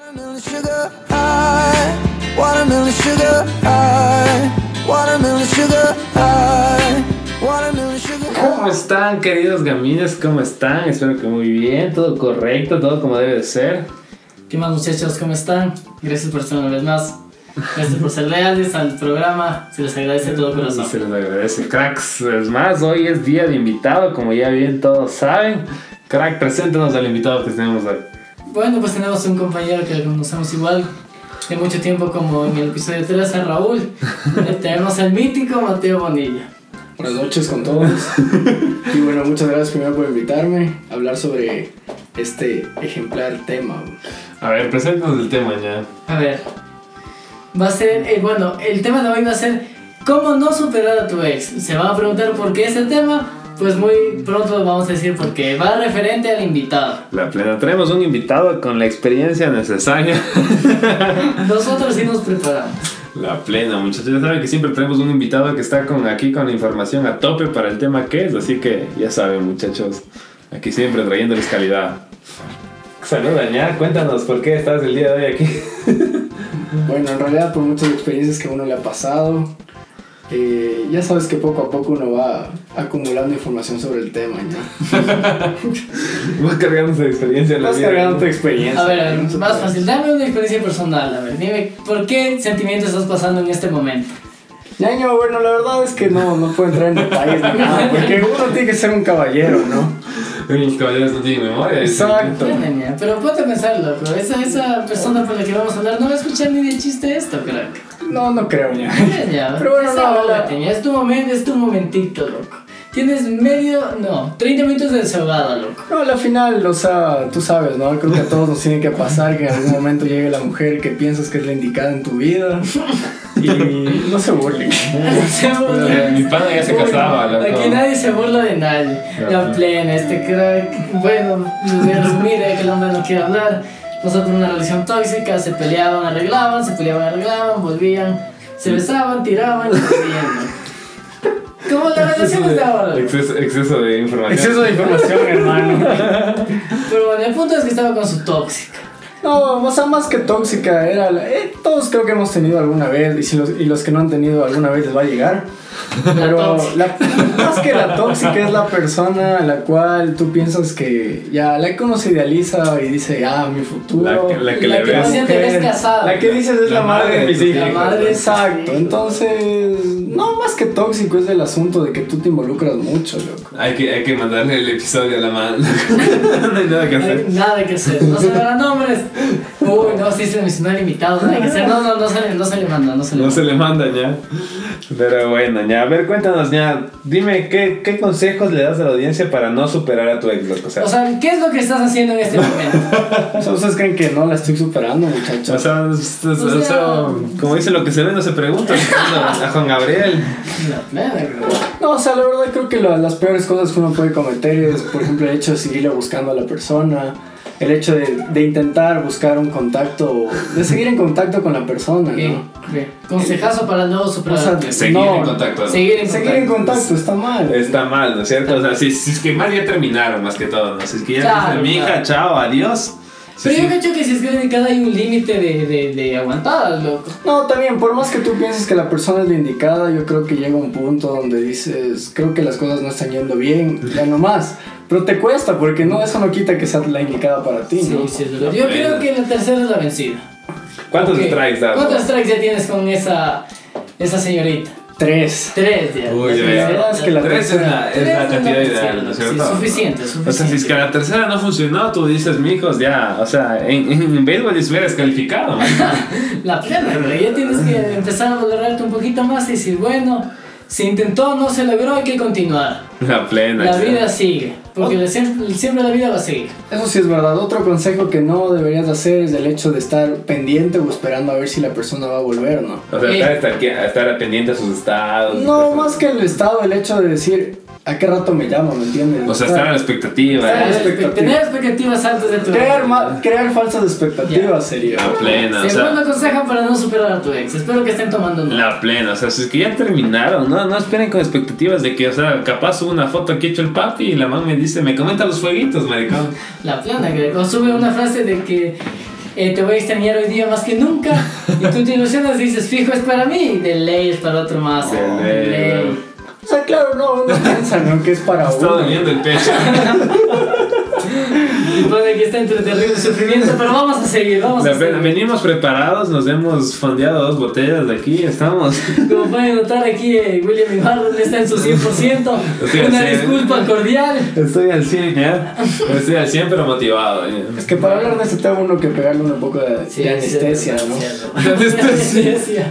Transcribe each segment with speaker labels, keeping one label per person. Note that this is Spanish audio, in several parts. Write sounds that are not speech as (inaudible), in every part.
Speaker 1: Watermelon sugar high, watermelon sugar high, watermelon sugar high, watermelon sugar
Speaker 2: ¿Cómo están, queridos gamines? ¿Cómo están? Espero que muy bien, todo correcto, todo como debe de ser.
Speaker 3: ¿Qué más muchachos? ¿Cómo están? Gracias por estar una vez más. Gracias por ser leales al programa. Se les agradece de todo corazón.
Speaker 2: Se les agradece, cracks. Es más, hoy es día de invitado, como ya bien todos saben. Crack, preséntanos al invitado que tenemos hoy.
Speaker 3: Bueno, pues tenemos un compañero que conocemos igual de mucho tiempo como en el episodio 3 a Raúl. (laughs) Le tenemos al mítico Mateo Bonilla.
Speaker 4: Buenas noches
Speaker 2: (laughs)
Speaker 4: con todos. y bueno, muchas gracias primero por invitarme a hablar sobre este ejemplar tema.
Speaker 2: A ver, preséntanos el tema ya.
Speaker 3: A ver. Va a ser, eh, bueno, el tema de hoy va a ser ¿Cómo no superar a tu ex? Se van a preguntar por qué ese tema. Pues muy pronto vamos a decir porque va referente al invitado.
Speaker 2: La plena, tenemos un invitado con la experiencia necesaria.
Speaker 3: Nosotros sí nos preparamos.
Speaker 2: La plena, muchachos. Ya saben que siempre tenemos un invitado que está con, aquí con la información a tope para el tema que es. Así que ya saben, muchachos. Aquí siempre trayéndoles calidad. Salud, Dañar. Cuéntanos por qué estás el día de hoy aquí.
Speaker 4: Bueno, en realidad por muchas experiencias que a uno le ha pasado, eh, ya sabes que poco a poco uno va acumulando información sobre el tema. ¿ya?
Speaker 2: (laughs) Vas cargando esa experiencia en la
Speaker 4: Vas
Speaker 2: vida.
Speaker 4: cargando tu
Speaker 3: A
Speaker 4: experiencia.
Speaker 3: ver, a ver,
Speaker 4: No se
Speaker 3: más
Speaker 4: puede.
Speaker 3: fácil, dame una experiencia personal, a ver, dime, ¿por qué sentimiento estás pasando en este momento?
Speaker 4: Ñaño, bueno, la verdad es que no, no puedo entrar en detalles ni nada, porque uno tiene que ser un caballero, ¿no?
Speaker 2: Los caballeros no tienen memoria.
Speaker 4: Exacto.
Speaker 3: Bueno, niña, Pero ponte a pensarlo, pero esa, esa persona por la que vamos a hablar no va a escuchar ni de chiste esto, crack.
Speaker 4: No, no creo, ña.
Speaker 3: Ya,
Speaker 4: Pero bueno, no,
Speaker 3: desahógate,
Speaker 4: la-
Speaker 3: niña, es tu momento, es tu momentito, loco. Tienes medio, no, 30 minutos de desahogada, loco.
Speaker 4: No, la final, o sea, tú sabes, ¿no? Creo que a todos nos tiene que pasar que en algún momento llegue la mujer que piensas que es la indicada en tu vida. Y no se burlen.
Speaker 3: Se burla.
Speaker 2: Mi pana ya se casaba, loco.
Speaker 3: Aquí nadie se burla de nadie. La
Speaker 2: Ajá.
Speaker 3: plena, este crack. Bueno, les voy a resumir, eh, que el hombre no quiere hablar. Pasó por una relación tóxica, se peleaban, arreglaban, se peleaban, arreglaban, volvían, se besaban, tiraban y volvían.
Speaker 2: (laughs)
Speaker 3: Como la relación de ahora.
Speaker 2: Exceso, exceso de información.
Speaker 4: Exceso de información, hermano.
Speaker 3: Pero bueno, el punto es que estaba con su tóxica.
Speaker 4: No, o sea, más que tóxica, era la- eh, todos creo que hemos tenido alguna vez, y, si los, y los que no han tenido alguna vez les va a llegar. Pero la, más que la tóxica es la persona a la cual tú piensas que ya la que uno se idealiza y dice, ah, mi futuro.
Speaker 2: La que- la que
Speaker 3: La
Speaker 2: le
Speaker 3: que
Speaker 2: veas.
Speaker 3: no te ves casada.
Speaker 4: La que dices es la, madre de mis hijos.
Speaker 3: La madre,
Speaker 4: Exacto.
Speaker 3: sí.
Speaker 4: Entonces, no más que tóxico es el asunto de que tú te involucras mucho, loco.
Speaker 2: Hay que, hay que mandarle el episodio a la mano. (laughs) no hay nada que hacer.
Speaker 3: Ay, Nada que hacer, no se le dan nombres. Uy, no, sí se mencionó el invitado, nada que hacer. No, no, no se le, no se le manda, no se le
Speaker 2: No
Speaker 3: manda.
Speaker 2: se le manda ya. Pero bueno, ya. A ver, cuéntanos, ya. Dime, ¿qué, qué consejos le das a la audiencia para no superar a tu ex? loco? O sea,
Speaker 3: O sea, ¿qué es lo que estás haciendo en este momento?
Speaker 4: Entonces creen que no la estoy superando,
Speaker 2: o
Speaker 4: muchachos.
Speaker 2: sea, es- es-
Speaker 3: O sea-
Speaker 2: o sea, como dice lo que se ve no se pregunta. A Juan Gabriel.
Speaker 3: La plena, bro.
Speaker 4: No, o sea, la verdad creo que la- las peores cosas que uno puede cometer es, por ejemplo, el hecho de seguirle buscando a la persona, el hecho de, de intentar buscar un contacto, de seguir en contacto con la persona,
Speaker 3: Ok,
Speaker 4: ¿no?
Speaker 3: ok. Consejazo para el nuevo
Speaker 4: O
Speaker 3: superador.
Speaker 4: sea,
Speaker 2: Seguir
Speaker 4: No,
Speaker 2: en contacto. ¿no?
Speaker 3: Seguir en
Speaker 4: Seguir en contacto está mal.
Speaker 2: Está mal, ¿no es cierto? O sea, si, si es que mal ya terminaron, más que todo, ¿no? Si es que ya
Speaker 3: Claro,
Speaker 2: dicen, mi hija,
Speaker 3: claro.
Speaker 2: chao, adiós. Sí,
Speaker 3: Pero yo
Speaker 2: sí.
Speaker 3: cacho que si es que dedicada hay un límite de, de, de aguantadas, loco.
Speaker 4: No, también, por más que tú pienses que la persona es la indicada, yo creo que llega un punto donde dices, creo que las cosas no están yendo bien, ya no más. Pero te cuesta, porque no, eso no quita que sea la indicada para ti,
Speaker 3: Sí,
Speaker 4: ¿no?
Speaker 3: sí, es verdad. Yo creo que la tercera es la vencida.
Speaker 2: ¿Cuántos
Speaker 3: Ok,
Speaker 2: strikes das?
Speaker 3: ¿Cuántos strikes ya tienes con esa, esa señorita?
Speaker 4: Tres.
Speaker 3: Tres ya.
Speaker 2: Uy,
Speaker 3: La
Speaker 2: ya,
Speaker 3: tercera,
Speaker 4: ya. Es que la-
Speaker 2: Tres es la, es
Speaker 3: Tres
Speaker 2: la
Speaker 3: es la
Speaker 2: cantidad
Speaker 3: tercera,
Speaker 2: ideal, ¿no es
Speaker 3: sí,
Speaker 2: cierto?
Speaker 3: suficiente,
Speaker 2: O sea, si es que la tercera no funcionó, tú dices, mijos, ya. O sea, en, en, en béisbol les hubieras calificado. man.
Speaker 3: La plena, pero ya tienes que empezar a valorarte un poquito más y decir, bueno, se intentó, no se logró, hay que continuar.
Speaker 2: La plena.
Speaker 3: La
Speaker 2: ya.
Speaker 3: vida sigue, porque la- siempre, siempre la vida va a seguir.
Speaker 4: Eso sí es verdad. Otro consejo que no deberías hacer es el hecho de estar pendiente o esperando a ver si la persona va a volver, ¿no?
Speaker 2: O sea, estar, estar, estar pendiente a sus estados.
Speaker 4: No,
Speaker 2: cosas.
Speaker 4: más que el estado, el hecho de decir, ¿a qué rato me llamo? ¿Me entiendes?
Speaker 2: O sea, estar a la expectativa.
Speaker 4: Estar
Speaker 2: ¿eh?
Speaker 4: a expectativa.
Speaker 3: Tener expectativas altas de tu
Speaker 4: crear,
Speaker 3: vida.
Speaker 4: ma- crear falsas expectativas sería.
Speaker 2: La plena. O sea,
Speaker 3: Segundo consejo para no superar a tu ex. Espero que estén tomando nota.
Speaker 2: La plena, o sea, si es que ya terminaron, no, no esperen con expectativas de que, o sea, capaz hubo una foto que he hecho el papi y la mamá me dice, me comenta los fueguitos, maricón.
Speaker 3: La plena, que- o sube una frase de que eh, te voy a extrañar hoy día más que nunca. Y tú te ilusionas y dices, fijo, es para mí. Y de ley es para otro más.
Speaker 2: De
Speaker 3: de
Speaker 2: ley,
Speaker 3: ley.
Speaker 2: weón.
Speaker 4: O sea, claro, no,
Speaker 2: (laughs)
Speaker 4: no piensan ¿no? que es para
Speaker 2: Está
Speaker 4: uno.
Speaker 2: doliendo el
Speaker 3: (laughs)
Speaker 2: pecho.
Speaker 3: Y pone que está entre terrible sufrimiento, pero vamos a seguir, vamos
Speaker 2: La
Speaker 3: a seguir.
Speaker 2: pena, venimos preparados, nos hemos fondeado dos botellas de aquí, estamos. (laughs)
Speaker 3: Como pueden notar aquí, eh, William Ibarra está en su
Speaker 2: (laughs)
Speaker 3: 100%.
Speaker 2: Sí,
Speaker 3: Una
Speaker 2: sí.
Speaker 3: disculpa cordial.
Speaker 2: Estoy al 100, ¿ya? Estoy al 100 pero motivado. ¿eh? ¿ya?
Speaker 4: Es que para hablar de este tema uno que pegarle un poco de, de anestesia, ¿no?
Speaker 3: De (laughs) anestesia.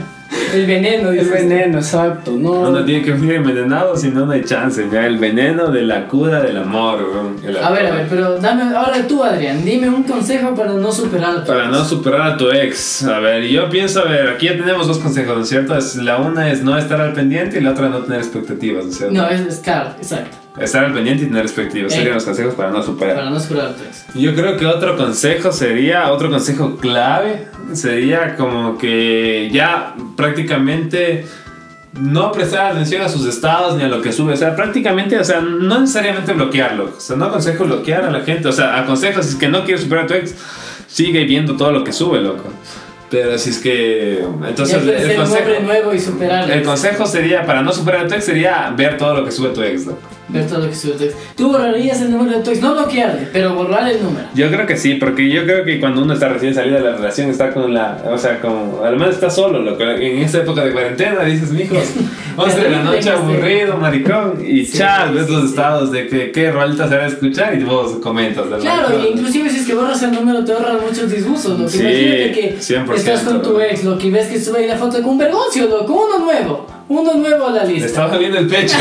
Speaker 3: El veneno,
Speaker 4: Es
Speaker 3: dices.
Speaker 4: veneno, exacto, no.
Speaker 2: Uno tiene que venir envenenado, si no, no hay chance. ¿ya? El veneno de la cura del amor. weón, el
Speaker 3: A ver, a
Speaker 2: alcohol.
Speaker 3: ver, pero dame, ahora tú, Adrián, dime un consejo para no superar
Speaker 2: Para no superar a tu ex. A ver, yo pienso, a ver, aquí ya tenemos dos consejos, ¿no es cierto? Es- la una es no estar al pendiente y la otra no tener expectativas, ¿no es cierto?
Speaker 3: No, es, es claro, exacto.
Speaker 2: Estar al pendiente y tener expectativas.
Speaker 3: Eh.
Speaker 2: Serían los consejos para no superar.
Speaker 3: Para no superar tu ex.
Speaker 2: Yo creo que otro consejo sería, otro consejo clave, sería como que ya prácticamente no prestar atención a sus estados ni a lo que sube. O sea, prácticamente, o sea, no necesariamente bloquearlo. O sea, no aconsejo bloquear a la gente. O sea, aconsejo si es que no quieres superar a tu ex, sigue viendo todo lo que sube, loco. Pero si es que... Entonces,
Speaker 3: ya quieres
Speaker 2: el
Speaker 3: ser un
Speaker 2: consejo...
Speaker 3: hombre nuevo y superar
Speaker 2: El consejo sería, para no superar a tu ex, sería ver todo lo que sube tu ex. loco.
Speaker 3: Ver todo lo que sube tu ex. Tú borrarías el número de tu ex, no bloquearle, pero borrar el número.
Speaker 2: Yo creo que sí, porque yo creo que cuando uno está recién salido de la relación, está con la. O sea, como. Al menos está solo, loco. En esta época de cuarentena dices,
Speaker 3: (laughs)
Speaker 2: mijo, 11 de la noche aburrido, maricón. Y
Speaker 3: Sí,
Speaker 2: chas, ves
Speaker 3: sí,
Speaker 2: los
Speaker 3: sí.
Speaker 2: estados de que, qué rolita se va a escuchar y vos comentas, ¿verdad?
Speaker 3: Claro, y inclusive si es que borras el número te ahorran muchos disgustos, loco.
Speaker 2: Sí,
Speaker 3: Imagínate que
Speaker 2: 100%,
Speaker 3: estás con tu
Speaker 2: ¿no?
Speaker 3: ex, loco, y ves que sube ahí la foto con un vergoncio, loco, uno nuevo. Uno nuevo a la
Speaker 2: Le
Speaker 3: lista.
Speaker 2: está doliendo el
Speaker 3: (laughs)
Speaker 2: pecho.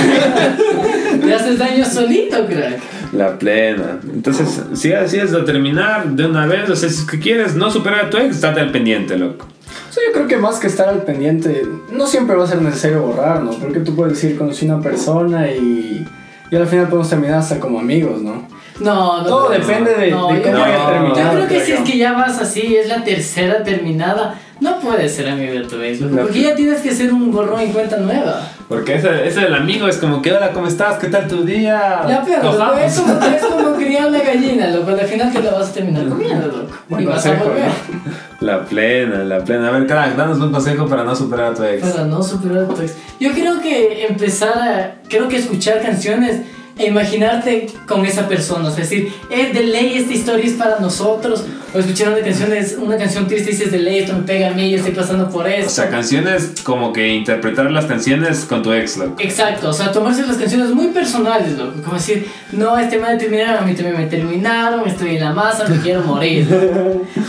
Speaker 3: Te haces daño solito, crack.
Speaker 2: La plena. Entonces, si así es, lo terminar de una vez. O sea, si es que quieres no superar a tu ex, estate al pendiente, loco.
Speaker 4: O sea, yo creo que más que estar al pendiente, no siempre va a ser necesario borrar, ¿no? Porque tú puedes decir, conocí una persona y, y al final podemos terminar hasta como amigos, ¿no?
Speaker 3: No, no.
Speaker 4: Todo
Speaker 3: no,
Speaker 4: depende de-
Speaker 3: no,
Speaker 4: de
Speaker 3: yo
Speaker 4: cómo
Speaker 3: creo-
Speaker 2: haya
Speaker 4: terminado,
Speaker 3: Yo creo que si es
Speaker 4: creo.
Speaker 3: que ya vas así, es la tercera terminada, no puedes ser amigo de tu ex, loco,
Speaker 2: No.
Speaker 3: porque ya tienes que ser un borrón y cuenta nueva.
Speaker 2: Porque ese, ese del amigo es como, ¿qué hola? ¿Cómo estás? ¿Qué tal tu día?
Speaker 3: La peor, loco,
Speaker 2: Cojamos.
Speaker 3: es como, es como criar una gallina, loco, al final te la vas a terminar comiendo, loco. y
Speaker 4: Bueno,
Speaker 3: vas a
Speaker 4: consejo,
Speaker 3: volver.
Speaker 4: ¿no?
Speaker 2: La plena, la plena. A ver, crack, danos un consejo para no superar a tu ex.
Speaker 3: Para no superar tu ex. Yo creo que empezar a. Creo que escuchar canciones e imaginarte con esa persona. O sea, decir, eh, de ley esta historia es para nosotros. O escuchar una canción, es- una canción triste y dices, de ley esto me pega a mí, yo estoy pasando por eso.
Speaker 2: O sea, canciones como que interpretar las canciones con tu ex, loco.
Speaker 3: Exacto, o sea, tomarse las canciones muy personales, loco. Como decir, no, este me terminaron, a mí también me terminaron, estoy en la masa, me quiero morir.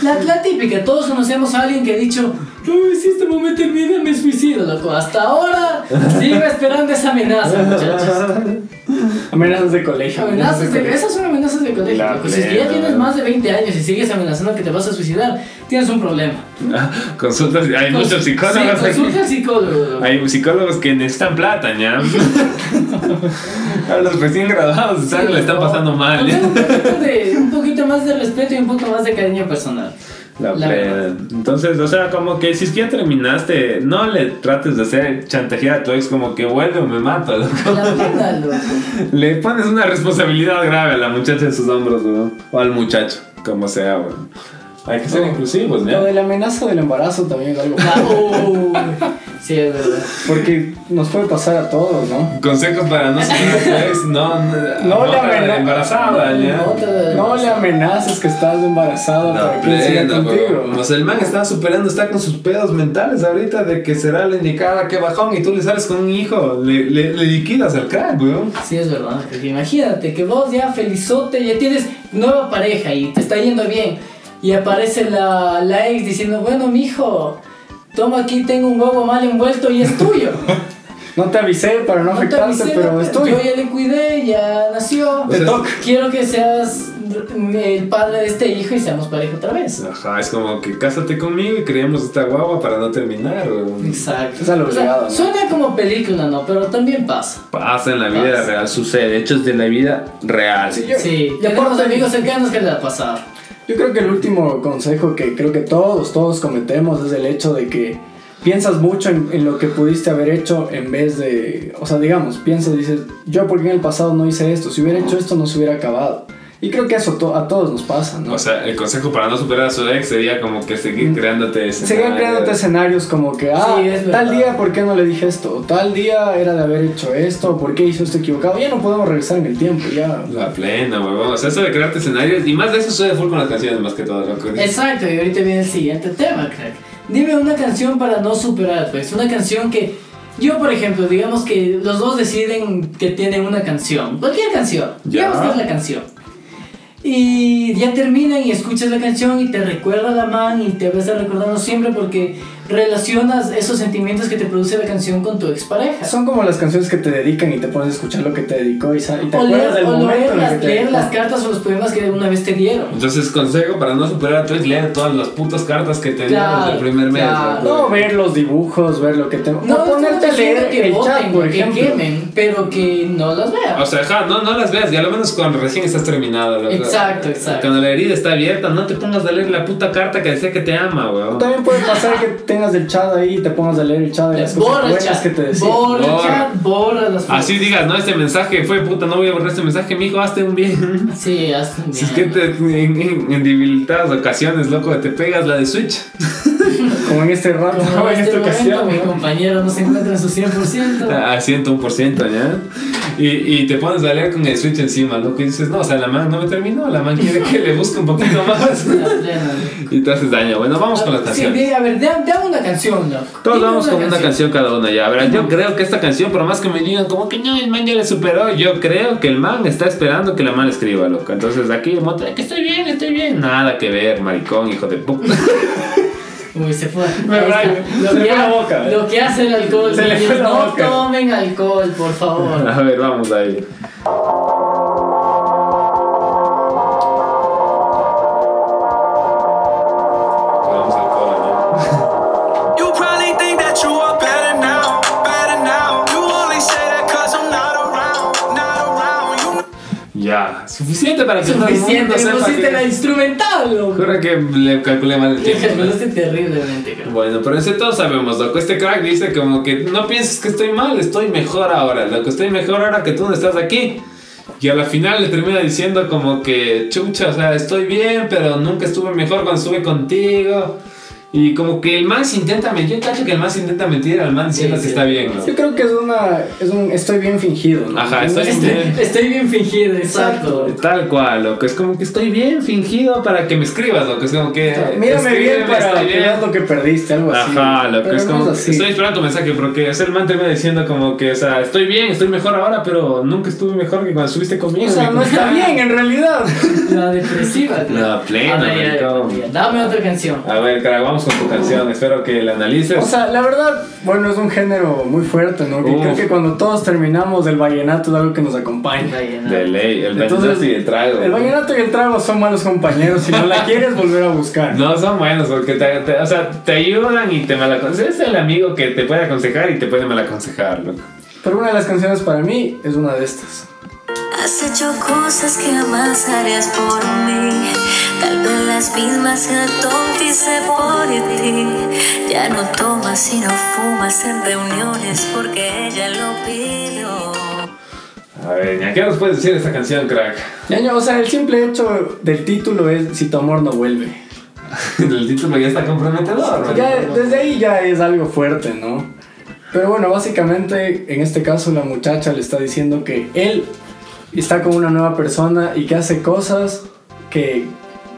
Speaker 3: La, la típica, todos conocemos a alguien que ha dicho, uy, si este momento termina, me suicido, loco. Hasta ahora sigo esperando esa amenaza, muchachos.
Speaker 4: Amenazas de colegio.
Speaker 3: Amenazas de, esas son amenazas de colegio,
Speaker 2: La
Speaker 3: loco. Si es que ya
Speaker 2: plena,
Speaker 3: tienes
Speaker 2: ¿verdad?
Speaker 3: más de 20 años y sigues amenazando que te vas a suicidar, tienes un problema.
Speaker 2: Consultas, hay muchos psicólogos
Speaker 3: Sí,
Speaker 2: aquí.
Speaker 3: consulta al psicólogo, loco.
Speaker 2: Hay psicólogos que necesitan plata,
Speaker 3: (laughs)
Speaker 2: ¿ya? A los recién graduados, ¿sabes? Le están pasando mal,
Speaker 3: Poner
Speaker 2: ¿ya?
Speaker 3: Un poquito, de- un poquito más de respeto y un poco más de cariño personal.
Speaker 2: La
Speaker 3: La
Speaker 2: plena.
Speaker 3: verdad.
Speaker 2: Entonces, o sea, como que si es que ya terminaste, no le trates de hacer chantajear a tu ex como que vuelve o me mata, loco.
Speaker 3: La plena, loco.
Speaker 2: (laughs) Le pones una responsabilidad grave a la muchacha en sus hombros, weón. O al muchacho, como sea, weón. Hay que ser inclusivos,
Speaker 4: Lo
Speaker 2: ¿ya?
Speaker 4: de la amenaza del embarazo también es algo.
Speaker 3: La- uy. Sí, es verdad.
Speaker 4: Porque nos puede pasar a todos, ¿no?
Speaker 2: Consejos para no ser ex, no, no,
Speaker 4: No le
Speaker 2: para la
Speaker 4: amena-
Speaker 2: embarazada, ¿ya?
Speaker 3: No te-
Speaker 4: No le amenaces que estás embarazada para que siga
Speaker 2: plena,
Speaker 4: contigo.
Speaker 2: weón. O sea, el man está superando, está con sus pedos mentales ahorita de que será la indicada, que bajón, y tú le sales con un hijo, le, le, le liquidas al crack, weón.
Speaker 3: Sí, es verdad. porque imagínate que vos ya felizote, ya tienes nueva pareja y te está yendo bien. Y aparece la, la ex diciendo, bueno, mijo, toma aquí, tengo un huevo mal envuelto y es tuyo.
Speaker 4: No te avisé para (laughs)
Speaker 3: No
Speaker 4: no,
Speaker 3: te
Speaker 4: afectarte,
Speaker 3: avisé,
Speaker 4: pero es tuyo.
Speaker 3: pues, Yo ya le cuidé, ya nació.
Speaker 2: O sea,
Speaker 3: Quiero que seas el padre de este hijo y seamos pareja otra vez.
Speaker 2: Ajá, es como que cásate conmigo y creemos esta guagua para no terminar, weón.
Speaker 3: Exacto.
Speaker 4: Es a lo obligado, ¿no?
Speaker 3: Suena como película, ¿no? Pero también pasa.
Speaker 2: Pasa en la
Speaker 3: vida Pasa.
Speaker 2: real, sucede, hechos de la vida real.
Speaker 4: Sí, yo-
Speaker 3: Sí,
Speaker 4: y
Speaker 3: tenemos
Speaker 4: aparte-
Speaker 3: amigos cercanos que le ha pasado.
Speaker 4: Yo creo que el último consejo que creo que todos, todos cometemos es el hecho de que piensas mucho en, en lo que pudiste haber hecho en vez de, o sea, digamos, piensas, dices, yo porque en el pasado no hice esto, si hubiera hecho esto no se hubiera acabado. Y creo que eso to- a todos nos pasa, ¿no?
Speaker 2: O sea, el consejo para no superar a su ex sería como que
Speaker 3: Mm.
Speaker 2: seguir creándote ese.
Speaker 4: Seguían creándote escenarios como que, ah,
Speaker 3: Sí, es
Speaker 4: tal
Speaker 3: verdad.
Speaker 4: día, ¿por qué no le dije esto? O Tal día era de haber hecho esto, ¿por qué hizo esto equivocado? Ya no podemos regresar en el tiempo, ya.
Speaker 2: La plena, huevón. O sea, eso de crearte escenarios. Y más de eso suele full con las canciones, más que todo, loco.
Speaker 3: Exacto, y ahorita viene el siguiente tema, crack. Dime una canción para no superar, pues. Una canción que. Yo, por ejemplo, digamos que los dos deciden que tienen una canción. Cualquier canción.
Speaker 2: Ya.
Speaker 3: Digamos que es la canción. Y ya terminan y escuchas la canción y te recuerda la man y te vas a recordando siempre porque relacionas esos sentimientos que te produce la canción con tu expareja.
Speaker 4: Son como las canciones que te dedican y te pones a escuchar lo que te dedicó y, sa- y te
Speaker 3: o
Speaker 4: acuerdas
Speaker 3: leer,
Speaker 4: del
Speaker 3: o
Speaker 4: momento
Speaker 3: leer,
Speaker 4: en el que
Speaker 3: las,
Speaker 4: te
Speaker 3: leer
Speaker 4: dedicó.
Speaker 3: las cartas o los poemas que una vez te dieron.
Speaker 2: Entonces, consejo para no superar a tu ex, leer todas las putas cartas que te dieron
Speaker 3: Claro,
Speaker 2: desde el primer mes.
Speaker 3: claro.
Speaker 2: loco.
Speaker 4: No ver los dibujos, ver lo que te...
Speaker 3: No,
Speaker 4: o ponerte a leer
Speaker 3: que
Speaker 4: el
Speaker 3: voten,
Speaker 4: chat, por
Speaker 3: que
Speaker 4: ejemplo. Ah,
Speaker 3: quemen, pero que no las vean.
Speaker 2: O sea, ja, no, no las veas, y a lo menos cuando recién estás terminada. loco.
Speaker 3: Exacto, exacto.
Speaker 2: Cuando la herida está abierta, no te pongas a leer la puta carta que decía que te ama, weón.
Speaker 4: También puede pasar que tengas el chat ahí y te pongas a leer el chat de las cosas
Speaker 3: borra el
Speaker 4: buenas
Speaker 3: chat,
Speaker 4: que pues, te decían.
Speaker 3: borra el
Speaker 2: Borra.
Speaker 3: chat, borra las fotos.
Speaker 2: Así digas, no, este mensaje fue puta, no voy a borrar este mensaje, mijo, hazte un bien.
Speaker 3: Sí, hazte un
Speaker 2: Si es que
Speaker 3: bien.
Speaker 2: te, en, en- en debilitadas ocasiones, loco, te pegas la de Switch.
Speaker 4: Como en este rato,
Speaker 3: Como
Speaker 4: (laughs) en
Speaker 3: en este
Speaker 4: esta
Speaker 3: momento
Speaker 4: ocasión.
Speaker 3: mi
Speaker 4: ¿no?
Speaker 3: compañero no se encuentra en su
Speaker 4: (laughs)
Speaker 3: 100%.
Speaker 2: A 101%, ¿ya? Y, y te pones a leer con el Switch encima, loco, y dices, no, o sea, la man no me terminó, la man quiere que le busque un poquito (laughs) más.
Speaker 3: La plena.
Speaker 2: Y te haces daño. Bueno, vamos con las
Speaker 3: Sí,
Speaker 2: canciones.
Speaker 3: di- a ver, da- dame una canción, loco.
Speaker 2: Todos
Speaker 3: Dime
Speaker 2: vamos con una canción cada una ya. A ver, yo creo que esta canción, por más que me digan como que no, el man ya le superó, yo creo que el man está esperando que la man escriba, loco. Entonces aquí, moto de que estoy bien, estoy bien. Nada que ver, maricón, hijo de puta.
Speaker 3: Uy, se fue.
Speaker 4: Me
Speaker 3: Ahí
Speaker 4: rayo,
Speaker 3: está. Lo
Speaker 4: se
Speaker 3: que
Speaker 4: fue la
Speaker 3: ha-
Speaker 4: boca. ¿eh?
Speaker 3: Lo que hace el alcohol.
Speaker 4: Se le fue
Speaker 3: señores,
Speaker 4: la
Speaker 3: No
Speaker 4: boca.
Speaker 3: tomen alcohol, por
Speaker 2: (laughs)
Speaker 3: favor.
Speaker 2: A ver, vamos ahí. Vamos al coro,
Speaker 5: You probably think that you are better now, better now. You only say that cause I'm not around, not around. You
Speaker 2: ¿no? Ya, suficiente para que todo el mundo
Speaker 3: Suficiente,
Speaker 2: sepa
Speaker 3: pusiste
Speaker 2: que-
Speaker 3: la instrumental, loco.
Speaker 2: Juro que le calculé mal el
Speaker 3: Te
Speaker 2: tiempo. ¿no?
Speaker 3: calculaste terriblemente, creo.
Speaker 2: Bueno, pero ese todos sabemos, loco. Este crack dice como que no pienses que estoy mal, estoy mejor ahora, loco. Estoy mejor ahora que tú no estás aquí. Y a la final le termina diciendo como que, chucha, o sea, estoy bien, pero nunca estuve mejor cuando estuve contigo. Y como que el man se intenta mentir, yo cacho que el man se intenta mentir al man diciendo
Speaker 3: Sí,
Speaker 2: que
Speaker 3: sí.
Speaker 2: está bien,
Speaker 4: Yo
Speaker 2: ¿no?
Speaker 4: creo que es una... Es un estoy bien fingido, ¿no? este
Speaker 2: Ajá, estoy
Speaker 3: Estoy,
Speaker 2: bien.
Speaker 3: estoy bien fingido, exacto.
Speaker 2: Tal cual, loco. Es como que estoy bien fingido para que me escribas, loco. Es como que...
Speaker 4: Mírame bien
Speaker 2: escríbeme,
Speaker 4: para
Speaker 2: estoy
Speaker 4: que veas lo que perdiste, algo así.
Speaker 2: Ajá, lo que
Speaker 4: Pues Pero
Speaker 2: es
Speaker 4: no
Speaker 2: como.
Speaker 4: es así.
Speaker 2: Estoy esperando tu mensaje, porque o sea, el man termina diciendo como que, o sea, estoy bien, estoy mejor ahora, pero nunca estuve mejor que cuando estuviste conmigo.
Speaker 4: O sea,
Speaker 2: (laughs)
Speaker 4: no está bien en realidad.
Speaker 3: La depresiva. tío.
Speaker 2: La plena,
Speaker 3: A ver, ya,
Speaker 2: maricón.
Speaker 3: ya, Dame otra canción.
Speaker 2: A ver, cara, vamos con tu canción, espero que la analices.
Speaker 4: O sea, la verdad, bueno, es un género muy fuerte, ¿no? Que
Speaker 2: Uf.
Speaker 4: creo que cuando todos terminamos, el vallenato es algo que nos acompaña.
Speaker 2: de ley, el
Speaker 4: Entonces,
Speaker 2: vallenato y el trago.
Speaker 4: El vallenato y el trago son malos compañeros. Si no la quieres volver a buscar.
Speaker 2: No son buenos porque te, te- o sea, te ayudan y te malaconsejan. Es el amigo que te puede aconsejar y te puede malaconsejar, loco.
Speaker 4: Pero una de las canciones para mí es una de estas.
Speaker 6: Has hecho cosas que jamás harías por mí. Tal vez las mismas que tonto hice por ti. Ya no tomas y no fumas en reuniones porque ella lo pidió.
Speaker 2: A ver, ña, ¿qué nos puedes decir de esta canción, crack? (laughs)
Speaker 4: Ñaño, o sea, el simple hecho del título es Si tu amor no vuelve.
Speaker 2: el título ya está comprometedor, ¿no?
Speaker 4: Ya, desde ahí ya es algo fuerte, ¿no? Pero bueno, básicamente en este caso la muchacha le está diciendo que él está con una nueva persona y que hace cosas que,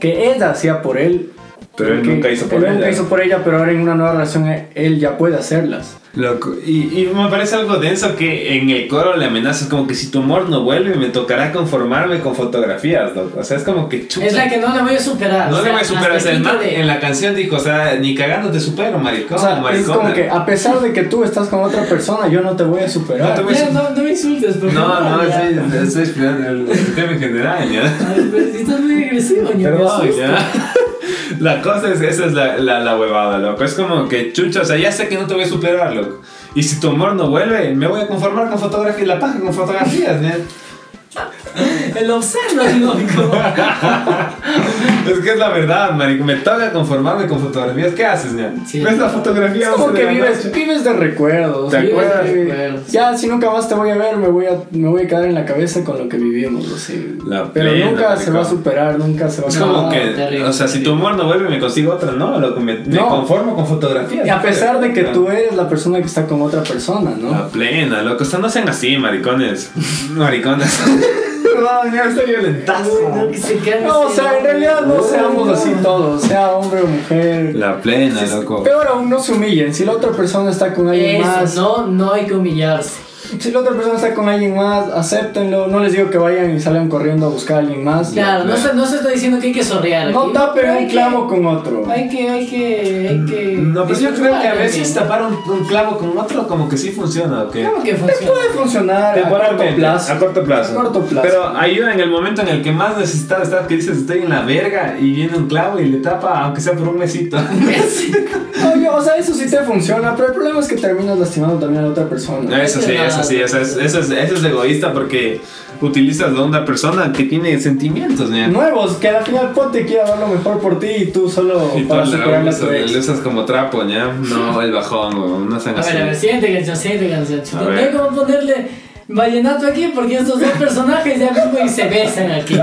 Speaker 4: que ella hacía por él.
Speaker 2: Pero él
Speaker 4: que
Speaker 2: nunca hizo por
Speaker 4: él nunca
Speaker 2: ella.
Speaker 4: hizo por ella, pero ahora en una nueva relación él ya puede hacerlas.
Speaker 2: Loco, y, y me parece algo denso que en el coro le amenazas como que si tu amor no vuelve me tocará conformarme con fotografías, loco. O sea, es como que chuta.
Speaker 3: Es la que no la voy a superar.
Speaker 2: no
Speaker 3: o
Speaker 2: le
Speaker 3: sea,
Speaker 2: voy a superar. O
Speaker 3: hasta
Speaker 2: sea, el
Speaker 3: aquí
Speaker 2: man
Speaker 3: quedé.
Speaker 2: en la canción dijo, o sea, ni cagando te supero, maricón,
Speaker 4: O sea, es
Speaker 2: maricona.
Speaker 4: como que
Speaker 3: ah,
Speaker 4: a pesar de que tú estás con otra persona, yo no te voy a superar.
Speaker 2: No te voy a
Speaker 3: Ya,
Speaker 2: su-
Speaker 3: no, no me insultes, por
Speaker 2: No,
Speaker 3: favor.
Speaker 2: no,
Speaker 3: (laughs) ya.
Speaker 2: sí, estoy esperando el el tema en general, ya.
Speaker 3: Ay, pero si estás muy agresivo, ño, me
Speaker 2: Perdón,
Speaker 3: asustas.
Speaker 2: ya. (laughs) La cosa es, esa es la, la, la huevada, loco. Es como que, chucha, o sea, ya sé que no te voy a superar, loco. Y si tu amor no vuelve, me voy a conformar con fotografías, la paja con fotografías, ¿ya?
Speaker 3: El obsceno, loco.
Speaker 2: Es que es la verdad, marico. Me toca conformarme con fotografías. ¿Qué haces, ña?
Speaker 3: Sí.
Speaker 2: ¿Ves la fotografía?
Speaker 4: Es como
Speaker 2: once de
Speaker 4: que
Speaker 2: la
Speaker 4: vives,
Speaker 2: noche?
Speaker 4: vives de recuerdos.
Speaker 2: ¿Te
Speaker 4: vives de
Speaker 2: acuerdas?
Speaker 4: recuerdos. Ya, si nunca más te voy a ver, me voy a, me voy a quedar en la cabeza con lo que vivimos. o sea,
Speaker 2: La
Speaker 4: pero
Speaker 2: plena,
Speaker 4: nunca se
Speaker 2: marico.
Speaker 4: va a superar, nunca se va a
Speaker 2: Es
Speaker 3: No,
Speaker 2: como que,
Speaker 3: terrible,
Speaker 2: o sea, si tu amor no vuelve, me consigo otra, no, loco, me, me
Speaker 4: No.
Speaker 2: conformo con fotografías.
Speaker 4: Y a pesar de que tú eres la persona que está con otra persona, ¿no?
Speaker 2: La plena, loco, o sea, no sean así,
Speaker 4: (laughs)
Speaker 2: maricones. Maricones. Perdón, ya estoy violentazo.
Speaker 3: No, que se quedan
Speaker 4: No, o
Speaker 3: así,
Speaker 4: sea, en
Speaker 3: loco.
Speaker 4: realidad no
Speaker 3: Uy,
Speaker 4: seamos
Speaker 3: no.
Speaker 4: así todos, sea hombre o mujer.
Speaker 2: La plena, loco.
Speaker 4: Peor aún, no se humillen. Si la otra persona está con alguien
Speaker 3: Eso,
Speaker 4: más,
Speaker 3: no, no hay que humillarse.
Speaker 4: si la otra persona está con alguien más, acéptenlo. No les digo que vayan y salgan corriendo a buscar a alguien más.
Speaker 3: Claro, no
Speaker 2: claro.
Speaker 3: se, no se está diciendo que hay que sorrear.
Speaker 4: No
Speaker 3: aquí,
Speaker 4: tapen
Speaker 3: pero hay
Speaker 4: un
Speaker 3: que-
Speaker 4: clavo con otro.
Speaker 3: Hay que, hay que, hay que.
Speaker 2: No, pues yo creo que a
Speaker 3: disfrutar
Speaker 2: veces
Speaker 3: también.
Speaker 2: tapar un, un clavo con otro como que sí funciona, ¿o qué?
Speaker 3: Claro que
Speaker 4: Te puede
Speaker 3: funciona.
Speaker 4: funcionar a corto
Speaker 2: Temporalmente,
Speaker 4: plazo.
Speaker 2: a corto plazo.
Speaker 4: A corto plazo.
Speaker 2: Pero ayuda en el momento en el que más necesitas estar, que dices estoy en la verga y viene un clavo y le tapa, aunque sea por un
Speaker 4: (laughs)
Speaker 2: mesito.
Speaker 4: No, yo- o sea, eso sí te funciona, pero el problema es que terminas lastimando también a la otra persona.
Speaker 2: Eso sí, eso sí, eso es, eso es, eso es egoísta porque utilizas a una persona que tiene sentimientos, ¿no?
Speaker 4: Nuevos, que al final ponte quiere dar lo mejor por ti y tú solo
Speaker 2: Y
Speaker 4: para
Speaker 2: tú
Speaker 4: superar
Speaker 2: le
Speaker 4: la tu
Speaker 2: usas,
Speaker 4: ex.
Speaker 2: le usas como trapo, ¿ya? No,
Speaker 4: (laughs)
Speaker 2: el bajón, weón, no sean
Speaker 3: A ver, a ver,
Speaker 2: así.
Speaker 3: siguiente canción, siguiente canción.
Speaker 2: A
Speaker 3: Chuta,
Speaker 2: ver.
Speaker 3: No hay como ponerle vallenato aquí porque estos dos personajes ya mismo y se
Speaker 2: (laughs)
Speaker 3: besan aquí.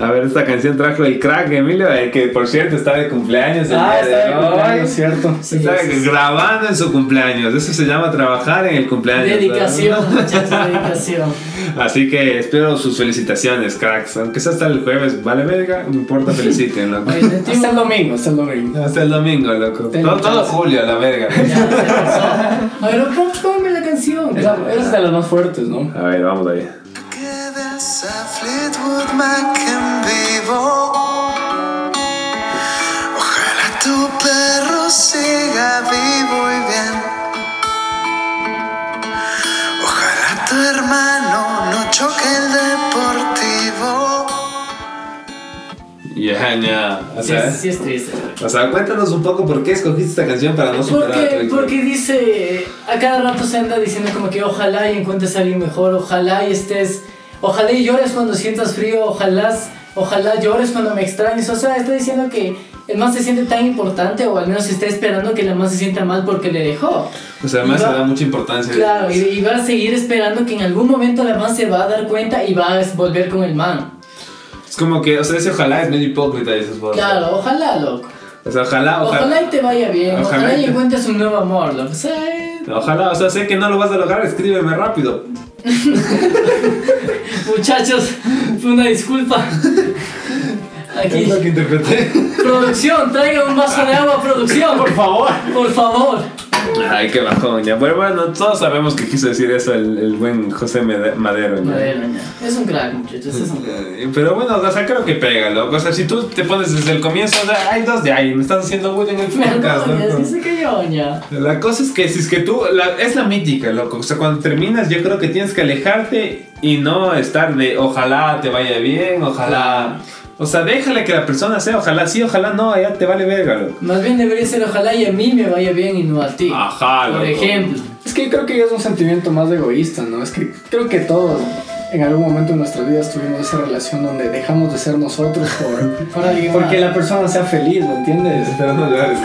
Speaker 2: A ver, esta canción trajo el crack, Emilio, el que por cierto está de cumpleaños el
Speaker 4: Ah,
Speaker 2: día de
Speaker 4: está bien,
Speaker 2: hoy.
Speaker 4: cumpleaños, cierto.
Speaker 3: Sí,
Speaker 2: Está
Speaker 3: sí, sí.
Speaker 2: grabando en su cumpleaños, eso se llama trabajar en el cumpleaños. ¿verdad?
Speaker 3: Dedicación, muchachos, dedicación.
Speaker 2: (laughs) Así que espero sus felicitaciones, cracks. Aunque sea hasta el jueves, vale verga, no importa, feliciten, loco.
Speaker 3: Oye, sentimos-
Speaker 4: Hasta el domingo, hasta el
Speaker 2: (laughs)
Speaker 4: domingo.
Speaker 2: Hasta el domingo, loco.
Speaker 4: Ten
Speaker 2: Todo,
Speaker 4: mucha
Speaker 2: todo
Speaker 4: paciencia.
Speaker 2: julio, a la verga.
Speaker 3: (laughs) Ya, se pasó. A ver, pon- ponme la canción.
Speaker 2: ¿eh?
Speaker 4: Esa esa es de las más fuertes, ¿no?
Speaker 2: A ver, vamos ahí.
Speaker 5: Que ves a Fleetwood Mac en vivo. Ojalá tu perro siga vivo y bien. Ojalá tu hermano no choque el deportivo.
Speaker 2: Ya, ya. O
Speaker 3: Sí,
Speaker 2: sea,
Speaker 3: sí es triste.
Speaker 2: o sea, cuéntanos un poco por qué escogiste esta canción para no superar a tu
Speaker 3: Porque,
Speaker 2: ex.
Speaker 3: porque dice, eh, a cada rato se anda diciendo como que ojalá y encuentres a alguien mejor, ojalá y estés, ojalá y llores cuando sientas frío, ojalá, ojalá llores cuando me extrañes. O sea, está diciendo que el man se siente tan importante o al menos está esperando que la man se sienta mal porque le dejó.
Speaker 2: O sea, además
Speaker 3: Y
Speaker 2: se
Speaker 3: va-
Speaker 2: da mucha importancia.
Speaker 3: Claro, y, y va a seguir esperando que en algún momento la man se va a dar cuenta y va a volver con el man.
Speaker 2: Es como que, o sea, ese ojalá es medio hipócrita, dices vos.
Speaker 3: Claro, ojalá, loco.
Speaker 2: O sea, ojalá, ojalá.
Speaker 3: Ojalá y te vaya bien,
Speaker 2: Ojalá
Speaker 3: ojalá,
Speaker 2: y
Speaker 3: y
Speaker 2: te-
Speaker 3: encuentres un nuevo amor, loco. O sea,
Speaker 2: Ojalá, o sea, sé que no lo vas a lograr, escríbeme rápido.
Speaker 3: Muchachos, fue una disculpa. Aquí.
Speaker 2: que interpreté.
Speaker 3: Producción, traiga un vaso de agua, producción. Por favor. Por favor.
Speaker 2: Ay, qué bajón, ya. Pero bueno, todos sabemos que quiso decir eso el, el buen José Mede- Madero, ya.
Speaker 3: Madera, ya. Es un crack, muchachos, es un crack.
Speaker 2: Eh, Pero bueno, o sea, creo que pega, loco. O sea, si tú te pones desde el comienzo, o sea, hay dos de ahí, me estás haciendo bullying en el podcast,
Speaker 3: Perdón, ya,
Speaker 2: loco.
Speaker 3: sí se cayó, ya.
Speaker 2: La cosa es que si es que tú, la- es la mítica, loco. O sea, cuando terminas yo creo que tienes que alejarte y no estar de ojalá te vaya bien, ojalá... O sea, déjale que la persona sea, ojalá sí, ojalá no, ya te vale verga, loco.
Speaker 3: Más bien debería ser ojalá y a mí me vaya bien y no a ti.
Speaker 2: Ajá,
Speaker 3: Por
Speaker 2: loco.
Speaker 3: ejemplo.
Speaker 4: Es que yo creo que ya es un sentimiento más egoísta, ¿no? Es que creo que todos en algún momento de nuestras vidas tuvimos esa relación donde dejamos de ser nosotros por...
Speaker 3: (laughs) Por alguien
Speaker 4: Porque
Speaker 3: más.
Speaker 4: la persona sea feliz, ¿me entiendes?
Speaker 2: Pero no lo hagas.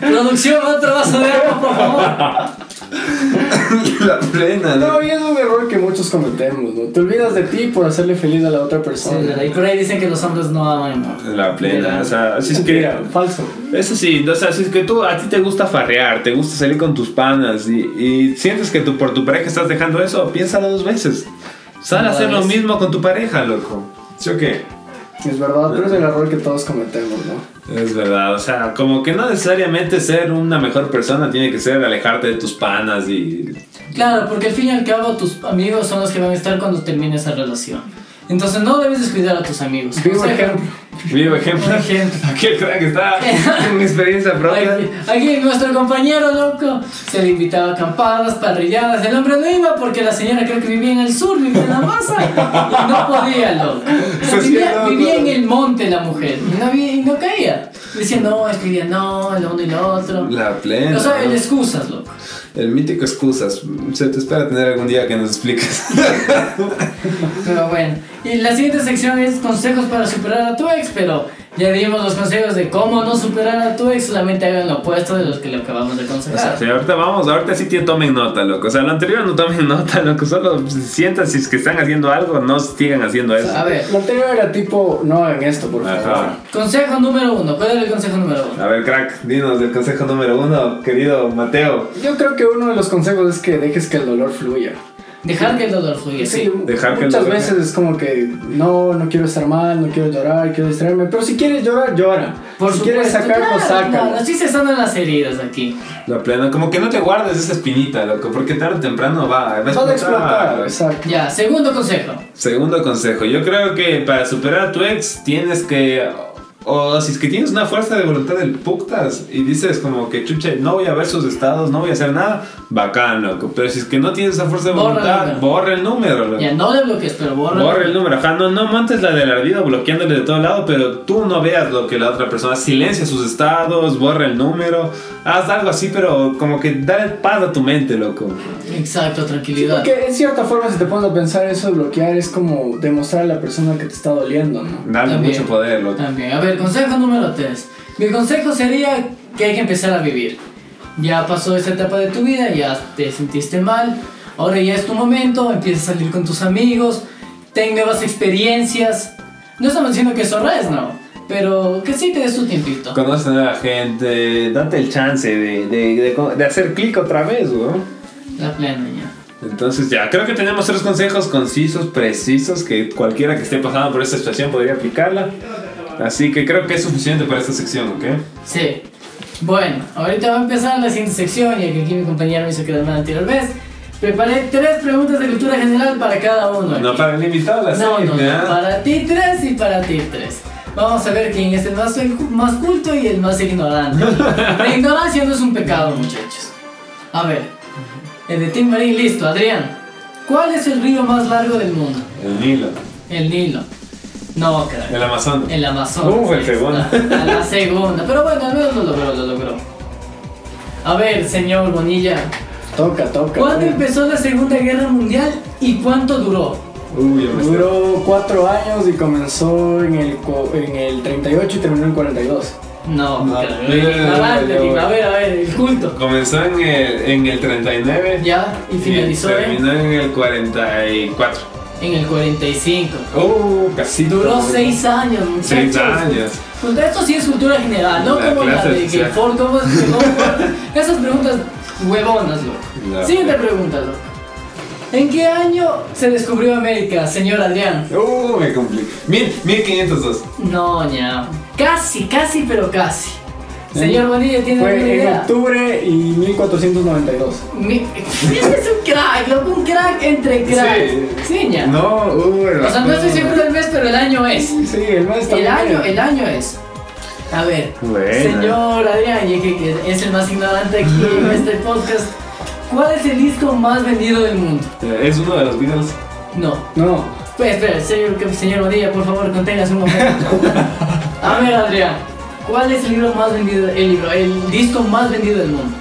Speaker 3: Producción, otro vaso de agua, por favor.
Speaker 2: (laughs) La plena,
Speaker 4: No,
Speaker 2: loco.
Speaker 4: y es un error que muchos cometemos, ¿no? Te olvidas de ti por hacerle feliz a la otra
Speaker 3: Sí, es
Speaker 4: persona.
Speaker 3: verdad, y por ahí dicen que los hombres no aman.
Speaker 2: La plena, o sea, así es que...
Speaker 4: Mentira, falso.
Speaker 2: Eso sí, o sea, si es que tú a ti te gusta farrear, te gusta salir con tus panas y, y sientes que tú, por tu pareja estás dejando eso, piénsalo dos veces. Sal a
Speaker 3: Una
Speaker 2: hacer lo
Speaker 3: vez.
Speaker 2: mismo con tu pareja, loco. ¿Sí o qué?
Speaker 4: Es verdad, pero es el error que todos cometemos, ¿no?
Speaker 2: Es verdad, o sea, como que no necesariamente ser una mejor persona tiene que ser alejarte de tus panas y...
Speaker 3: Claro, porque al fin y al cabo tus amigos son los que van a estar cuando termine esa relación. Entonces no debes descuidar a tus amigos.
Speaker 4: (laughs) Vivo
Speaker 3: Consejo.
Speaker 4: ejemplo.
Speaker 2: Vivo ejemplo.
Speaker 3: Por ejemplo.
Speaker 2: (laughs) Aquel crack está en experiencia propia.
Speaker 3: Aquí, aquí nuestro compañero loco se le invitaba a acampadas, parrilladas. El hombre no iba porque la señora creo que vivía en el sur, vivía en la masa y no podía,
Speaker 2: (laughs)
Speaker 3: loco.
Speaker 2: Se hacía
Speaker 3: Vivía,
Speaker 2: loco.
Speaker 3: vivía en el monte la mujer y no, había- y no caía. Decía no, escribía no, el uno y el otro.
Speaker 2: La plena.
Speaker 3: O sea, el
Speaker 2: ¿no?
Speaker 3: excusas, loco.
Speaker 2: El mítico excusas. Se te espera tener algún día que nos expliques.
Speaker 3: Pero bueno, y la siguiente sección es consejos para superar a tu ex, pero ya dimos los consejos de cómo no superar a tu ex, solamente hagan lo opuesto de los que le acabamos de aconsejar.
Speaker 2: Sí, ahorita vamos, ahorita sí tío, tomen nota, loco. O sea, lo anterior no tomen (laughs) nota, loco. Solo sientan si es que están haciendo algo, no sigan haciendo eso.
Speaker 3: A ver,
Speaker 4: Lo anterior era tipo, no hagan esto, por favor.
Speaker 2: Ajá.
Speaker 3: consejo número uno, ¿cuál era el consejo número uno?
Speaker 2: A ver, crack, dinos el consejo número uno, querido Mateo.
Speaker 4: Yo creo que uno de los consejos es que dejes que el dolor fluya.
Speaker 3: Dejar que el dolor fluya, sí.
Speaker 2: Dejar que el
Speaker 4: muchas
Speaker 2: dolor-
Speaker 4: veces es como que no, no quiero estar mal, no quiero llorar, quiero distraerme. Pero si quieres llorar, llora.
Speaker 3: Por
Speaker 4: si quieres
Speaker 3: supuesto,
Speaker 4: sacarlo,
Speaker 3: claro,
Speaker 4: sácalo.
Speaker 3: hermano, Así se sanan las heridas aquí.
Speaker 2: La plena, como que no te guardes esa espinita, loco, porque tarde o temprano va, va
Speaker 4: Vas a explotar, exacto.
Speaker 3: Ya, segundo consejo.
Speaker 2: Segundo consejo, yo creo que para superar a tu ex tienes que... O si es que tienes una fuerza de voluntad del putas y dices como que chuche, no voy a ver sus estados, no voy a hacer nada, bacán, loco. Pero si es que no tienes esa fuerza de
Speaker 3: Borra el
Speaker 2: voluntad,
Speaker 3: número.
Speaker 2: borra el número, loco.
Speaker 3: Ya, no le bloquees, pero borra.
Speaker 2: Borra el número, ajá, no, no montes la del ardido bloqueándole de todo lado, pero tú no veas lo que la otra persona, silencia sus estados, borra el número, haz algo así, pero como que dale paz a tu mente, loco.
Speaker 3: Exacto,
Speaker 4: Sí,
Speaker 3: tranquilidad.
Speaker 4: porque en cierta forma, si te pones a pensar eso de bloquear, es como demostrar a la persona que te está doliendo, ¿no?
Speaker 2: Dale
Speaker 3: También.
Speaker 2: mucho poder, loco.
Speaker 3: También, a ver, consejo número 3. Mi consejo sería que hay que empezar a vivir. Ya pasó esa etapa de tu vida, ya te sentiste mal, ahora ya es tu momento, empieza a salir con tus amigos, ten nuevas experiencias. No estamos diciendo que zorres, no, pero que sí te des tu tiempito.
Speaker 2: Conoce a nueva gente, date el chance de, de- de co- de hacer clic otra vez, weón.
Speaker 3: La plena ya.
Speaker 2: Entonces ya, creo que tenemos tres consejos concisos, precisos, que cualquiera que esté pasando por esta situación podría aplicarla. Así que creo que es suficiente para esta sección, ¿ok?
Speaker 3: Sí. Bueno, ahorita va a empezar la siguiente sección, ya que aquí mi compañero me hizo quedar mal la anterior vez. Preparé tres preguntas de cultura general para cada uno.
Speaker 2: No
Speaker 3: aquí.
Speaker 2: para el invitado, la
Speaker 3: No,
Speaker 2: serie,
Speaker 3: no,
Speaker 2: ¿verdad?
Speaker 3: no, para ti tres y para ti tres. Vamos a ver quién es el más, el más culto y el más
Speaker 2: (laughs)
Speaker 3: ignorante. La ignorancia no es un pecado, muchachos. A ver, el de Tim Marín, listo, Adrián. ¿Cuál es el río más largo del mundo?
Speaker 2: El Nilo,
Speaker 3: El Nilo. No, carajo.
Speaker 2: el Amazonas.
Speaker 3: El Amazonas.
Speaker 2: Uh, el
Speaker 3: ahí está.
Speaker 2: segundo.
Speaker 3: A la segunda. Pero bueno, al menos lo logró, lo logró. A ver, señor Bonilla.
Speaker 4: Toca, toca.
Speaker 3: ¿Cuándo
Speaker 4: toca.
Speaker 3: empezó la Segunda Guerra Mundial y cuánto duró?
Speaker 2: (laughs) Uy, yo me estoy-
Speaker 4: Duró cuatro años y comenzó en el, co- en el 38 y terminó en 42.
Speaker 3: No,
Speaker 2: No,
Speaker 3: claro,
Speaker 2: no,
Speaker 3: el
Speaker 2: no,
Speaker 3: ignorante,
Speaker 2: no,
Speaker 3: el-
Speaker 2: no.
Speaker 3: a ver, a ver, el culto.
Speaker 2: Comenzó en el, en el 39.
Speaker 3: Ya, y finalizó en,
Speaker 2: terminó en el 44.
Speaker 3: en el 45.
Speaker 2: Uh, casi.
Speaker 3: Duró 6 años, muchachos.
Speaker 2: Seis años.
Speaker 3: Pues esto sí es cultura general, no
Speaker 2: La
Speaker 3: como la
Speaker 2: clase
Speaker 3: de que
Speaker 2: social.
Speaker 3: Ford, ¿cómo es que no? Esas preguntas huevonas, loco.
Speaker 2: La-
Speaker 3: Siguiente pregunta, loco. ¿En qué año se descubrió América, señor Adrián?
Speaker 2: Uh, me complica. Mil- 1502.
Speaker 3: No, ña. Casi, casi, pero casi. Señor Bonilla, ¿tiene alguna
Speaker 4: Fue en
Speaker 3: idea?
Speaker 4: octubre y 1492.
Speaker 3: Mi- (laughs) es un crack, loco, un crack entre cracks. Sí, ña.
Speaker 2: No, uh, el
Speaker 3: O sea, no estoy
Speaker 2: bajón.
Speaker 3: seguro del mes, pero el año es.
Speaker 4: Sí, el mes
Speaker 3: El
Speaker 4: también.
Speaker 3: año, el año es. A ver,
Speaker 2: Buena.
Speaker 3: señor Adrián, ya que, que es el más ignorante aquí en este podcast, ¿cuál es el disco más vendido del mundo?
Speaker 2: Eh, Es uno de los Beatles.
Speaker 3: No.
Speaker 4: No,
Speaker 3: Pues espera, señor, que- señor Bonilla, por favor, conténgase un momento. A ver, Adrián, ¿cuál es el libro más vendido, el libro, el disco más vendido del mundo?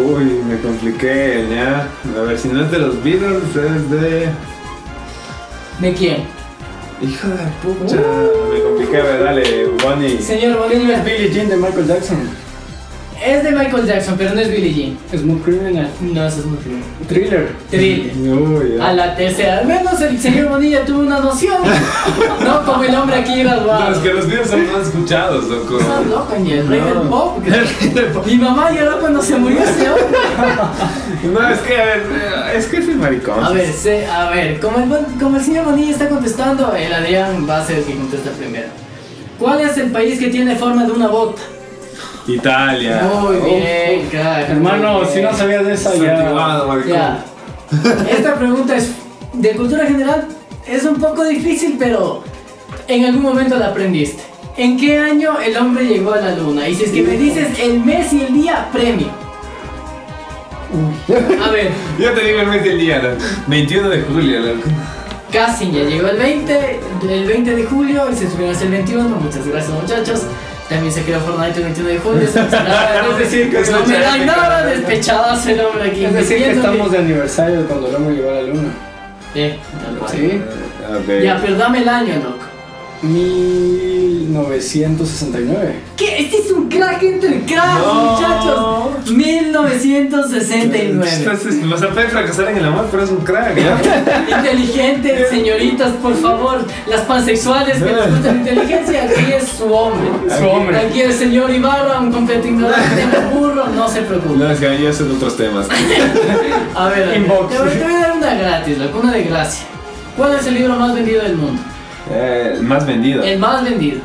Speaker 2: Uy, me compliqué ya. A ver, si no es de los Beatles, es de.
Speaker 3: ¿De quién?
Speaker 2: Hijo de pucha.
Speaker 3: Uh.
Speaker 2: Me compliqué, a ver, dale, Bonnie.
Speaker 3: Señor Bonilla,
Speaker 4: Billie Jean de Michael Jackson.
Speaker 3: es de Michael Jackson, pero no es Billie Jean.
Speaker 4: Smooth Criminal.
Speaker 3: No, eso es muy bien.
Speaker 4: Thriller.
Speaker 3: Thriller.
Speaker 2: Uy, ya.
Speaker 3: A la tercera, al menos el señor Bonilla tuvo una noción. No como el hombre aquí graduado.
Speaker 2: No, es que los Beatles son más escuchados, loco.
Speaker 3: Estás loco, ni el rey
Speaker 2: No.
Speaker 3: del pop. Mi mamá lloró cuando se murió ese hombre.
Speaker 2: (laughs) No, es que, a ver, eh, es que es el maricón.
Speaker 3: A ver, se- a ver, como el, bon- como el señor Bonilla está contestando, el Adrián va a ser el que contesta primero. ¿Cuál es el país que tiene forma de una bota?
Speaker 2: Italia.
Speaker 3: Muy bien, carajo.
Speaker 4: Hermano,
Speaker 3: muy
Speaker 4: si no
Speaker 3: bien.
Speaker 4: sabías de esa ya.
Speaker 2: Santiguado, maricón.
Speaker 3: Ya. (laughs) Esta pregunta es de cultura general. Es un poco difícil, pero en algún momento la aprendiste. ¿En qué año el hombre llegó a la luna? Y si es que me dices el mes y el día, premio. A ver,
Speaker 2: Yo te digo el mes del día, loco. 21 de julio, loco.
Speaker 3: casi ya llegó el 20, el 20 de julio y se subieron hasta el 21. Muchas gracias, muchachos. También se creó Fortnite el 21 de
Speaker 4: (laughs)
Speaker 3: julio. se instalaron-
Speaker 4: Es decir, que es
Speaker 3: no me
Speaker 4: fecha
Speaker 3: da
Speaker 4: épica.
Speaker 3: nada despechado ese nombre aquí.
Speaker 4: Es decir, que
Speaker 3: Entiendo
Speaker 4: estamos de aniversario de cuando el hombre llegó a la luna.
Speaker 3: Sí, tal cual.
Speaker 4: ¿Sí?
Speaker 2: Ah, ok.
Speaker 3: Eh, Ya, pero dame el año, loco.
Speaker 4: 1969.
Speaker 3: ¿Qué? Este es un crack entre cracks, muchachos. 1969.
Speaker 2: Entonces, o sea, puede fracasar en el amor, pero es un crack, ¿ya?
Speaker 3: Inteligentes, señoritas, por favor. Las pansexuales que les gusta la inteligencia, aquí es su hombre.
Speaker 4: Su hombre.
Speaker 3: Aquí el señor Ibarra, un completo ignorante, un burro, no se preocupe.
Speaker 2: (laughs) No, es que ahí hacen otros temas.
Speaker 3: A ver, a ver,
Speaker 4: Inbox.
Speaker 3: te voy te voy a dar una gratis, loco, una de gracia. ¿Cuál es el libro más vendido del mundo?
Speaker 2: Eh, más vendido.
Speaker 3: El más vendido.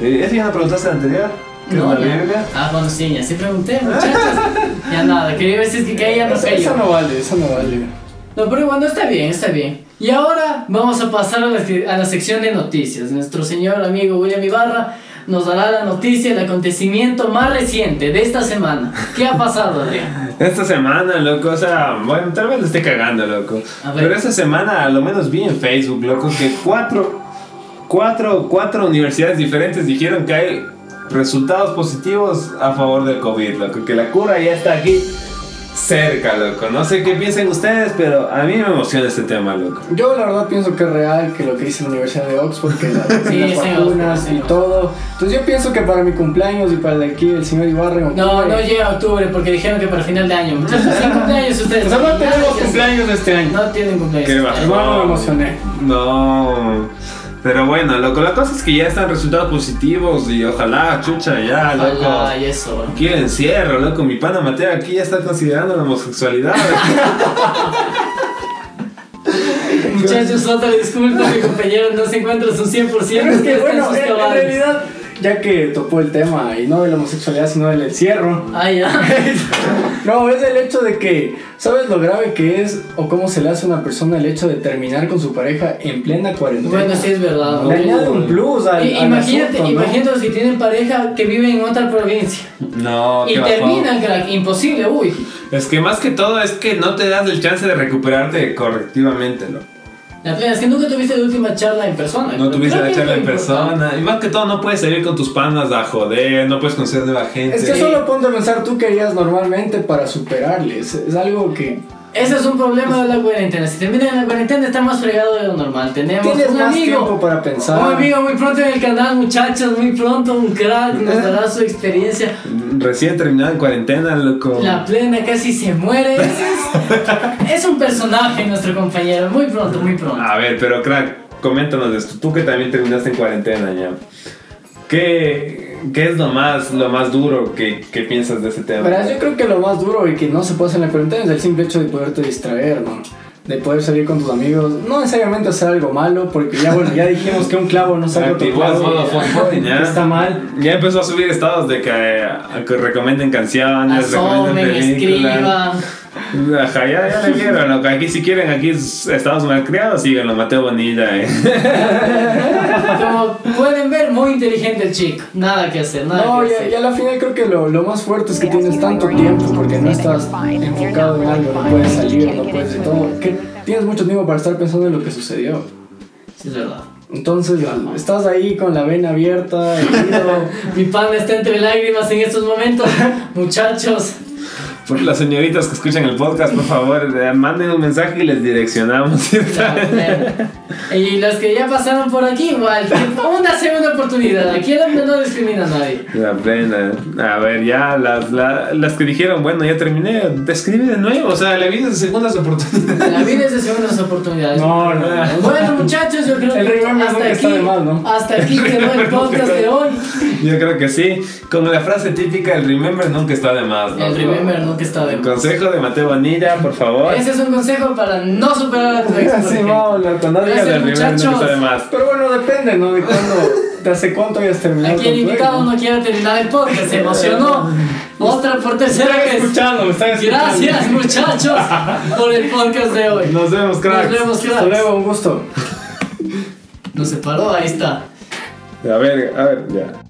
Speaker 2: Eh, ¿Eso ya no preguntaste la anterior? ¿Que es la
Speaker 3: ya.
Speaker 2: Biblia?
Speaker 3: Ah, bueno, sí, ya sí pregunté, muchachos. ya nada, quería ver si es que caía, no
Speaker 4: Esa-
Speaker 3: cayó.
Speaker 4: Esa no vale, esa no vale.
Speaker 3: No, pero bueno, está bien, está bien. Y ahora vamos a pasar a la, a la sección de noticias. Nuestro señor amigo William Ibarra nos dará la noticia, el acontecimiento más reciente de esta semana. ¿Qué ha pasado,
Speaker 4: (laughs)
Speaker 3: Adrián?
Speaker 2: Esta semana, loco, o sea, bueno, tal vez lo esté cagando, loco.
Speaker 3: A ver.
Speaker 2: Pero esta semana, a lo menos vi en Facebook, loco, que cuatro, cuatro, cuatro universidades diferentes dijeron que hay resultados positivos a favor del COVID, loco, que la cura ya está aquí cerca, loco. No sé qué piensen ustedes, pero a mí me emociona este tema, loco.
Speaker 4: Yo la verdad pienso que es real que lo que dice la Universidad de Oxford, que la-
Speaker 3: (laughs) Sí,
Speaker 4: las
Speaker 3: sí,
Speaker 4: vacunas
Speaker 3: Oxford, sí.
Speaker 4: y todo. Entonces yo pienso que para mi cumpleaños y para el de aquí, el señor Ibarra. en
Speaker 3: No,
Speaker 4: octubre-
Speaker 3: no llega a octubre porque dijeron que para final de año. Muchachos, sin cumpleaños ustedes.
Speaker 4: O sea, no
Speaker 3: Nada
Speaker 4: tenemos
Speaker 3: que hacer.
Speaker 4: cumpleaños de este año.
Speaker 3: No tienen cumpleaños.
Speaker 2: Qué
Speaker 4: Igual no me
Speaker 2: bajón.
Speaker 4: emocioné.
Speaker 2: No. Pero bueno, loco, la cosa es que ya están resultados positivos y ojalá, chucha, ya, loco.
Speaker 3: Ojalá, y eso.
Speaker 2: Aquí el encierro, loco. Mi pana Mateo aquí ya está considerando la
Speaker 3: (laughs)
Speaker 2: homosexualidad.
Speaker 3: Muchachos, otra disculpa, mi compañero no se encuentra a su 100%.
Speaker 4: Pero es
Speaker 3: está
Speaker 4: que
Speaker 3: en
Speaker 4: bueno,
Speaker 3: sus
Speaker 4: en, en
Speaker 3: cabales.
Speaker 4: realidad, ya que topó el tema, y no de la homosexualidad, sino del encierro.
Speaker 3: Ah,
Speaker 4: (laughs)
Speaker 3: ya.
Speaker 4: No, es el hecho de que, ¿sabes lo grave que es o cómo se le hace a una persona el hecho de terminar con su pareja en plena cuarentena?
Speaker 3: Bueno, sí es verdad.
Speaker 4: le añade un plus al,
Speaker 3: I-
Speaker 4: al
Speaker 3: imagínate,
Speaker 4: asunto, ¿no?
Speaker 3: imagínate si tienen pareja que vive en otra provincia
Speaker 2: No,
Speaker 3: y
Speaker 2: bajón.
Speaker 3: terminan, crack, imposible, uy.
Speaker 2: Es que más que todo es que no te das el chance de recuperarte correctivamente, loco.
Speaker 3: La plena es que nunca tuviste la última charla en persona.
Speaker 2: No
Speaker 3: creo-
Speaker 2: tuviste
Speaker 3: creo
Speaker 2: la
Speaker 3: que
Speaker 2: charla
Speaker 3: es
Speaker 2: en
Speaker 3: lo importante.
Speaker 2: persona. Y más que todo, no puedes salir con tus panas a joder, no puedes conocer nueva gente.
Speaker 4: Es que solo ponte a pensar tú que harías normalmente para superarles. Es algo que
Speaker 3: Ese es un problema de la cuarentena. Si terminan en la cuarentena está más fregado de lo normal. Tenemos
Speaker 4: tienes
Speaker 3: un
Speaker 4: más
Speaker 3: amigo.
Speaker 4: tiempo para
Speaker 3: Un
Speaker 4: pensar.
Speaker 3: amigo muy pronto en el canal, muchachos, muy pronto un crack nos
Speaker 4: (laughs)
Speaker 3: dará su experiencia.
Speaker 2: Recién terminado en cuarentena, loco.
Speaker 3: La plena casi se
Speaker 4: (laughs)
Speaker 3: muere. Es, es un personaje nuestro compañero, muy pronto, muy pronto.
Speaker 2: A ver, pero crack, coméntanos de esto. Tú que también terminaste en cuarentena ya. ¿Qué, qué es lo más, lo más duro que, que piensas de ese tema?
Speaker 4: Verás, yo creo que lo más duro y que no se puede hacer en la cuarentena es el simple hecho de poderte distraer, ¿no? De poder salir con tus amigos, no necesariamente hacer algo malo, porque ya, bueno, ya dijimos que un clavo no saca otro
Speaker 2: Activó el
Speaker 4: clavo.
Speaker 2: modo fosforín, ya.
Speaker 4: Está mal.
Speaker 2: Ya empezó a subir estados de que, eh, que recomienden canciones,
Speaker 3: Asomen,
Speaker 2: recomienden películas.
Speaker 3: escriban.
Speaker 2: Ajá, ya, ya le vieron, loco. Aquí si quieren, aquí es estados malcriados, síganlo, Mateo Bonilla. eh. (laughs)
Speaker 3: Como pueden ver, muy inteligente el chico. Nada que hacer, nada
Speaker 4: No,
Speaker 3: que
Speaker 4: y a,
Speaker 3: hacer.
Speaker 4: y a la final creo que lo, lo más fuerte es que tienes tanto tiempo porque no estás enfocado en algo, no puedes salir, no puedes de todo. que tienes mucho tiempo para estar pensando en lo que sucedió.
Speaker 3: Sí, es verdad.
Speaker 4: Entonces, estás ahí con la vena abierta, herido.
Speaker 3: Mi pan está entre lágrimas en estos momentos. Muchachos,
Speaker 2: Por las señoritas que escuchan el podcast, por favor, eh, manden un mensaje y les direccionamos. (laughs)
Speaker 3: la plena. Y los que ya pasaron por aquí, igual. que Una segunda oportunidad. Aquí el hombre no discrimina a nadie.
Speaker 2: La plena. A ver, ya las, la- las que dijeron, bueno, ya terminé, describe de nuevo. O sea, la vida es de segundas oportunidades. (laughs)
Speaker 3: La vida es de segundas oportunidades.
Speaker 4: (laughs) No, no, no.
Speaker 3: Bueno, muchachos, yo creo
Speaker 4: El
Speaker 3: que
Speaker 4: remember
Speaker 3: hasta
Speaker 4: nunca
Speaker 3: aquí,
Speaker 4: está de más, ¿no?
Speaker 3: hasta aquí
Speaker 4: (laughs)
Speaker 3: quedó el podcast de hoy.
Speaker 2: Yo creo que sí. Como la frase típica, el remember nunca está de más. ¿no?
Speaker 3: El remember nunca está de
Speaker 2: El
Speaker 3: más.
Speaker 2: consejo de Mateo Bonilla, por favor.
Speaker 3: Ese es un consejo para no superar a tu ex.
Speaker 4: (laughs) (laughs) Sí,
Speaker 3: porque-
Speaker 4: no,
Speaker 2: Loco, no digas
Speaker 3: Gracias,
Speaker 2: el remember nunca
Speaker 3: muchachos.
Speaker 2: está de más.
Speaker 4: Pero bueno, depende, ¿no? De cuándo, de hace cuánto hayas terminado.
Speaker 3: Aquí el
Speaker 4: con tu ex,
Speaker 3: invitado
Speaker 4: ¿no?
Speaker 3: no quiere terminar el podcast,
Speaker 2: (laughs)
Speaker 3: se emocionó. Otra por tercera
Speaker 4: Me están
Speaker 3: vez.
Speaker 4: escuchando, me están escuchando.
Speaker 3: Gracias muchachos por el podcast de hoy.
Speaker 2: Nos vemos, cracks.
Speaker 3: Nos vemos,
Speaker 4: Hasta
Speaker 3: cracks.
Speaker 4: luego, un gusto.
Speaker 3: Nos separó, ahí está.
Speaker 2: A ver, a ver, ya.